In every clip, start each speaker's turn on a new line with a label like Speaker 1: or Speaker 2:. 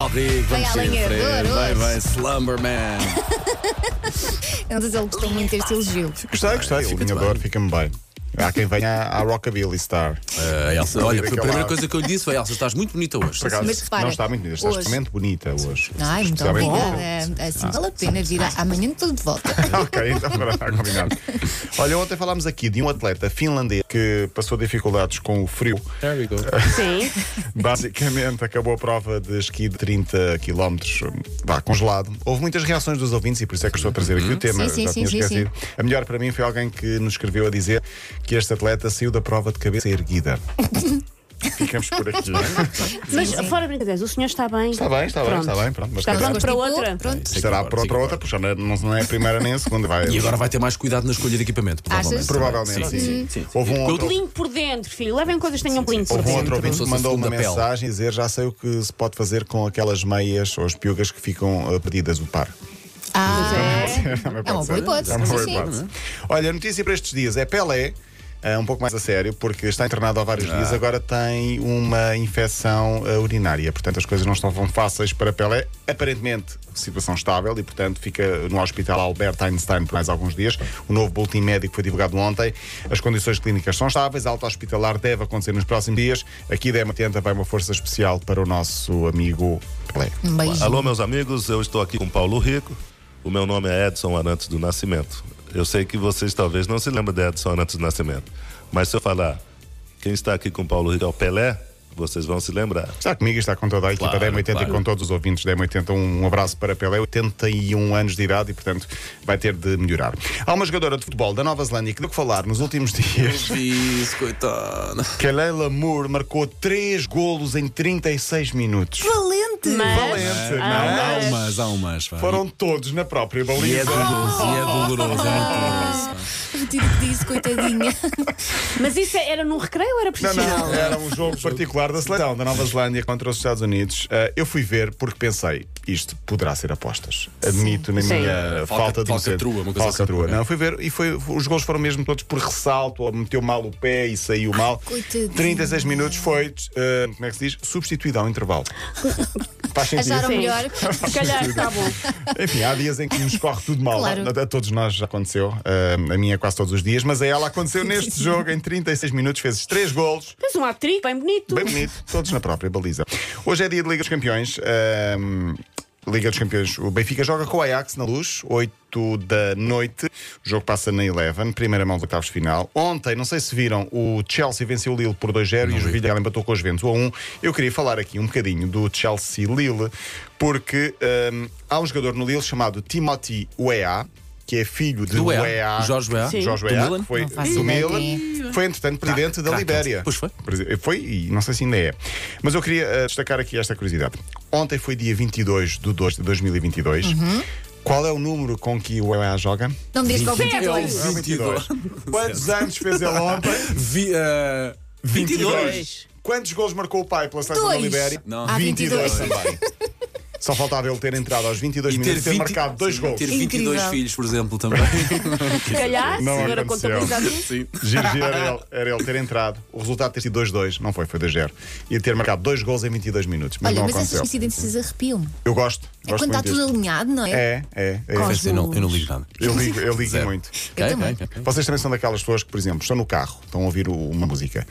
Speaker 1: Paulo Rico, vamos
Speaker 2: Vem à
Speaker 1: seguir em
Speaker 2: lenhador
Speaker 1: frente. Vai,
Speaker 2: hoje.
Speaker 1: vai, Slumberman.
Speaker 2: Eu não sei se ele gostou muito deste elogio.
Speaker 3: Gostei, gostei. O
Speaker 1: Fica-te
Speaker 3: vinhador
Speaker 1: bem.
Speaker 3: fica-me bem. Há quem venha à, à Rockabilly Star.
Speaker 1: Ah, Elsa, olha, foi a
Speaker 3: Daquela-
Speaker 1: primeira coisa que eu lhe disse foi: Elsa, estás muito bonita hoje.
Speaker 3: Por acaso,
Speaker 2: Mas repara,
Speaker 3: não está muito bonita, está
Speaker 2: hoje-
Speaker 3: extremamente bonita hoje.
Speaker 2: Ai, é? muito
Speaker 3: Especialmente
Speaker 2: obrigada.
Speaker 3: bonita.
Speaker 2: Assim vale a pena vir a- amanhã tudo de volta.
Speaker 3: ok, então agora está combinado. Olha, ontem falámos aqui de um atleta finlandês que passou dificuldades com o frio.
Speaker 1: There we go.
Speaker 3: Eh,
Speaker 4: Sim.
Speaker 3: Basicamente, acabou a prova de esqui de 30 km vá, congelado. Houve muitas reações dos ouvintes e por isso é que estou a trazer aqui o tema.
Speaker 2: Sim, sim,
Speaker 3: já
Speaker 2: sim,
Speaker 3: tinha
Speaker 2: sim,
Speaker 3: esquecido. A melhor para mim foi alguém que nos escreveu a dizer que este atleta saiu da prova de cabeça erguida. Ficamos por aqui.
Speaker 4: Mas
Speaker 2: sim.
Speaker 4: fora brincadeiras, o senhor está bem.
Speaker 3: Está Tá bem, está bem,
Speaker 4: Pronto.
Speaker 3: está bem, pronto, mas
Speaker 4: está
Speaker 3: calhar-
Speaker 4: pronto para outra.
Speaker 2: Pronto.
Speaker 3: Será por outra, outra, porque já não, é- não é a primeira nem a segunda. Vai.
Speaker 1: E agora vai ter mais cuidado na escolha de equipamento, provavelmente.
Speaker 2: Achas?
Speaker 3: Provavelmente,
Speaker 1: Sim,
Speaker 3: sim.
Speaker 1: sim, sim, sim.
Speaker 3: Houve um
Speaker 1: Eu
Speaker 3: outro
Speaker 4: Plim por dentro, filho. Levem coisas que tenham plim por
Speaker 3: Houve um
Speaker 4: dentro.
Speaker 3: outro ouvinte
Speaker 1: Como
Speaker 3: que
Speaker 1: se fosse
Speaker 3: mandou uma
Speaker 1: segunda pele.
Speaker 3: mensagem e dizer já sei o que se pode fazer com aquelas meias ou as piugas que ficam eh, perdidas do par.
Speaker 2: Ah,
Speaker 3: Também
Speaker 2: É uma boa
Speaker 3: pode ser.
Speaker 2: hipótese,
Speaker 3: É uma
Speaker 2: sim,
Speaker 3: boa
Speaker 2: sim.
Speaker 3: hipótese. Olha, a notícia para estes dias é Pelé, eh, um pouco mais a sério, porque está internado há vários dias, agora tem uma infecção eh, urinária. Portanto, as coisas não estão tão fáceis para Pelé. Aparentemente, situação estável e, portanto, fica no hospital Albert Einstein por mais alguns dias. O novo boletim médico foi divulgado ontem. As condições clínicas são estáveis, a alta hospitalar deve acontecer nos próximos dias. Aqui da M80 vai uma força especial para o nosso amigo Pelé.
Speaker 2: um beijo.
Speaker 5: Alô, meus amigos, eu estou aqui com Paulo Rico. O meu nome é Edson Arantes do Nascimento. Eu sei que vocês talvez não se lembrem de Edson Arantes do Nascimento, mas se eu falar quem está aqui com Paulo Rico é o Pelé, vocês vão se lembrar.
Speaker 3: Está comigo e está com toda a equipa
Speaker 1: Claro,
Speaker 3: da M80
Speaker 1: claro.
Speaker 3: e com todos os ouvintes da M80. Um abraço para Pelé, 81 anos de idade e, portanto, vai ter de melhorar. Há uma jogadora de futebol da Nova Zelândia que deu que falar nos últimos dias.
Speaker 1: Isso, coitada.
Speaker 3: Kalela Moore marcou 3 golos em 36 minutos.
Speaker 2: Valente!
Speaker 3: Valente, não
Speaker 4: ah,
Speaker 1: Há
Speaker 3: é?
Speaker 1: umas, há umas. vá.
Speaker 3: Foram Oh. todos na própria
Speaker 1: E é
Speaker 3: baliza.
Speaker 1: doloroso, e é doloroso, é muito doloroso.
Speaker 2: Retiro o que disse, coitadinha.
Speaker 4: Mas isso é- era num recreio ou era
Speaker 3: Não,
Speaker 4: profissional?
Speaker 3: não, era um jogo particular da seleção da Nova Zelândia contra os Estados Unidos. Ah, eu fui ver porque pensei, isto poderá ser apostas. Admito na
Speaker 4: Sim.
Speaker 1: Falca-
Speaker 3: minha falta de inocência.
Speaker 1: falcatrua, uma coisa
Speaker 3: Falcatrua.
Speaker 1: assim.
Speaker 3: Não, fui ver e foi, os gols foram mesmo todos por ressalto, ou meteu mal o pé e saiu mal.
Speaker 2: coitadinha.
Speaker 3: 36 minutos foi, ah, como é que se diz? Substituído ao intervalo. Faz sentido.
Speaker 2: Acharam
Speaker 4: Sim.
Speaker 2: melhor.
Speaker 4: Se calhar está bom.
Speaker 3: Enfim, há dias em que nos corre tudo mal.
Speaker 2: Claro.
Speaker 3: A, a todos nós já aconteceu. ah, a minha quase todos os dias, mas a ela aconteceu neste jogo. Em 36 minutos fez 3 golos.
Speaker 4: Tens um atriz bem bonito.
Speaker 3: Bem bonito, todos na própria baliza. Hoje é dia de Liga dos Campeões. ahm, Liga dos Campeões, o Benfica joga com o Ajax na luz, 8 da noite. O jogo passa na Eleven, primeira mão de oitavos de final. Ontem, não sei se viram, o Chelsea venceu o Lille por 2-0 e o Villarreal empatou com os Juventus 1 a 1. Eu queria falar aqui um bocadinho do Chelsea-Lille, porque ahm, há um jogador no Lille chamado Timothy Weah, que é filho de
Speaker 1: Do Weah,
Speaker 3: Weah.
Speaker 1: Jorge Weah,
Speaker 4: Sim.
Speaker 3: Jorge
Speaker 1: do
Speaker 3: Weah,
Speaker 1: Milan.
Speaker 3: que foi
Speaker 2: Não faço
Speaker 3: do
Speaker 2: ideia
Speaker 3: Milan.
Speaker 2: quem
Speaker 3: Foi, entretanto, presidente da
Speaker 1: Craque, craque.
Speaker 3: Libéria.
Speaker 1: Pois foi.
Speaker 3: Presi- Foi e não sei se ainda é. Mas eu queria eh, destacar aqui esta curiosidade. Ontem foi dia 22 de 2 de 2022.
Speaker 2: Uhum.
Speaker 3: Qual é o número com que o EA joga?
Speaker 2: Não me diz que ao
Speaker 1: É o 22.
Speaker 2: 22.
Speaker 3: Quantos anos fez ele ontem?
Speaker 1: Vi, ah, 22.
Speaker 3: Quantos gols marcou o pai pela seleção
Speaker 2: Dois.
Speaker 3: da Libéria?
Speaker 1: Não.
Speaker 2: Há 22.
Speaker 3: também. Só faltava ele ter entrado aos 22
Speaker 1: E
Speaker 3: minutos e ter
Speaker 1: 20
Speaker 3: marcado dois
Speaker 1: sim,
Speaker 3: gols.
Speaker 1: Ter 22
Speaker 2: Incrível.
Speaker 1: filhos, por exemplo, também.
Speaker 4: Se calhar,
Speaker 3: Não
Speaker 4: se agora
Speaker 3: aconteceu.
Speaker 4: contabilizar tudo.
Speaker 1: Sim.
Speaker 3: Giro, giro era, ele, era ele ter entrado, o resultado ter sido 2-2, não foi, foi 2-0. E ter marcado dois gols em 22 minutos. Mas
Speaker 2: Olha,
Speaker 3: não
Speaker 2: mas essas
Speaker 3: aconteceu.
Speaker 2: coincidências arrepiam-me.
Speaker 3: Eu gosto.
Speaker 2: É
Speaker 3: gosto
Speaker 2: quando está
Speaker 3: muito
Speaker 2: tudo
Speaker 3: disto.
Speaker 2: alinhado, não é?
Speaker 3: É, é. é.
Speaker 2: Gosto.
Speaker 1: Eu não, eu não ligo nada.
Speaker 3: Eu ligo, eu ligo
Speaker 1: Zero.
Speaker 3: muito.
Speaker 2: Eu
Speaker 1: Ok,
Speaker 2: também.
Speaker 1: ok, ok.
Speaker 3: Vocês também são daquelas pessoas que, por exemplo, estão no carro, estão a ouvir o- uma música,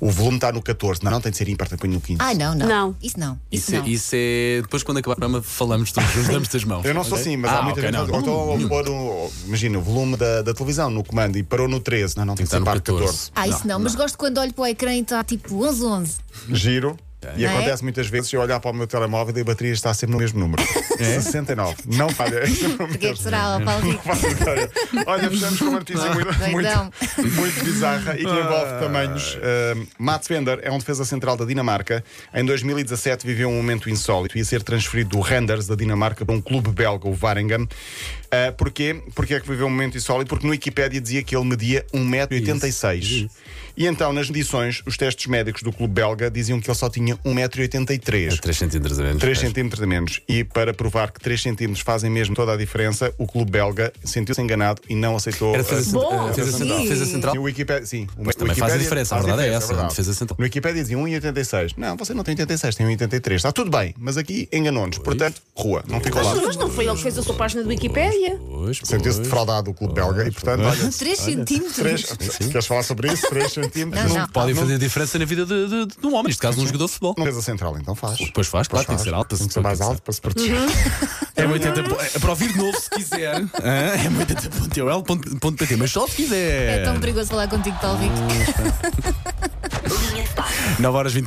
Speaker 3: o volume está no 14, não, não tem de ser ímpar, tem que pôr no 15.
Speaker 2: Ai, Ah, não, não.
Speaker 4: Não.
Speaker 2: Isso não. Isso,
Speaker 1: Isso, é,
Speaker 2: não.
Speaker 1: isso é. Depois, quando acabar o programa, falamos todos, nos damos as mãos.
Speaker 3: Eu não sou
Speaker 1: Ok?
Speaker 3: assim, mas
Speaker 1: ah,
Speaker 3: há muita
Speaker 1: ok,
Speaker 3: gente
Speaker 1: não,
Speaker 3: que ou
Speaker 1: não.
Speaker 3: estão a pôr, um, imagina, o volume da, da televisão no comando e parou no 13, não, não tem que
Speaker 1: Está
Speaker 3: ser
Speaker 1: no
Speaker 3: par
Speaker 1: 14.
Speaker 3: 14.
Speaker 2: Ah, isso não. Mas gosto quando olho para o ecrã e está tipo 11, 11.
Speaker 3: Giro. E
Speaker 2: Não é?
Speaker 3: acontece muitas vezes eu olhar para o meu telemóvel e a bateria está sempre no mesmo número.
Speaker 1: É.
Speaker 3: 69. Não falha.
Speaker 2: Porquê é que será, ó, Paulo Rico?
Speaker 3: Faço ideia. Olha, fechamos com uma notícia muito,
Speaker 2: Doidão.
Speaker 3: muito, muito bizarra e que envolve tamanhos. Uh, Mats Bender é um defesa central da Dinamarca. Em 2017 viveu um momento insólito. Ia ser transferido do Renders da Dinamarca para um clube belga, o Varengan. Uh, porquê? Porquê é que viveu um momento insólito? Porque no Wikipédia dizia que ele media 1,86m. E então, nas medições, os testes médicos do clube belga diziam que ele só tinha tinha 1,83m.
Speaker 1: 3 É centímetros a menos.
Speaker 3: 3 centímetros a menos. E para provar que 3 centímetros fazem mesmo toda a diferença, o clube belga sentiu-se enganado e não aceitou.
Speaker 1: Era
Speaker 3: a-
Speaker 1: defesa, cent-
Speaker 4: Bom!
Speaker 1: eh, defesa central.
Speaker 2: Sim.
Speaker 1: Defesa central.
Speaker 3: E o Wikipedia, sim. O
Speaker 1: Mas também
Speaker 3: Wikipedia
Speaker 1: faz a diferença, a verdade é essa,
Speaker 3: verdade.
Speaker 1: defesa central.
Speaker 3: No Wikipedia dizia 1,86. Não, você não tem 86, tem 1,83. Está tudo bem, mas aqui enganou-nos. Portanto, rua, não ficou lá.
Speaker 4: Mas, mas não foi ele que fez a sua página do Wikipédia?
Speaker 1: Pois, pois.
Speaker 3: Sentiu-se defraudado o clube belga e, portanto, olha.
Speaker 2: 3 centímetros.
Speaker 3: 3, queres falar sobre isso? 3 centímetros.
Speaker 2: Não,
Speaker 3: Não,
Speaker 2: não.
Speaker 1: Podem fazer diferença na vida de, de- de um homem, neste caso, de um jogador de futebol.
Speaker 3: não fez a central, então faz.
Speaker 1: Depois faz, claro, tem que ser alto. para se-
Speaker 3: Tem que ser mais
Speaker 1: para
Speaker 3: alto para se proteger.
Speaker 1: É 80 po- é, Para ouvir de novo, se quiser, hã, é 80.ol.pt, mas só se quiser.
Speaker 2: É tão perigoso falar contigo, Talvik.
Speaker 4: Linha de passe.
Speaker 1: 9 horas um 20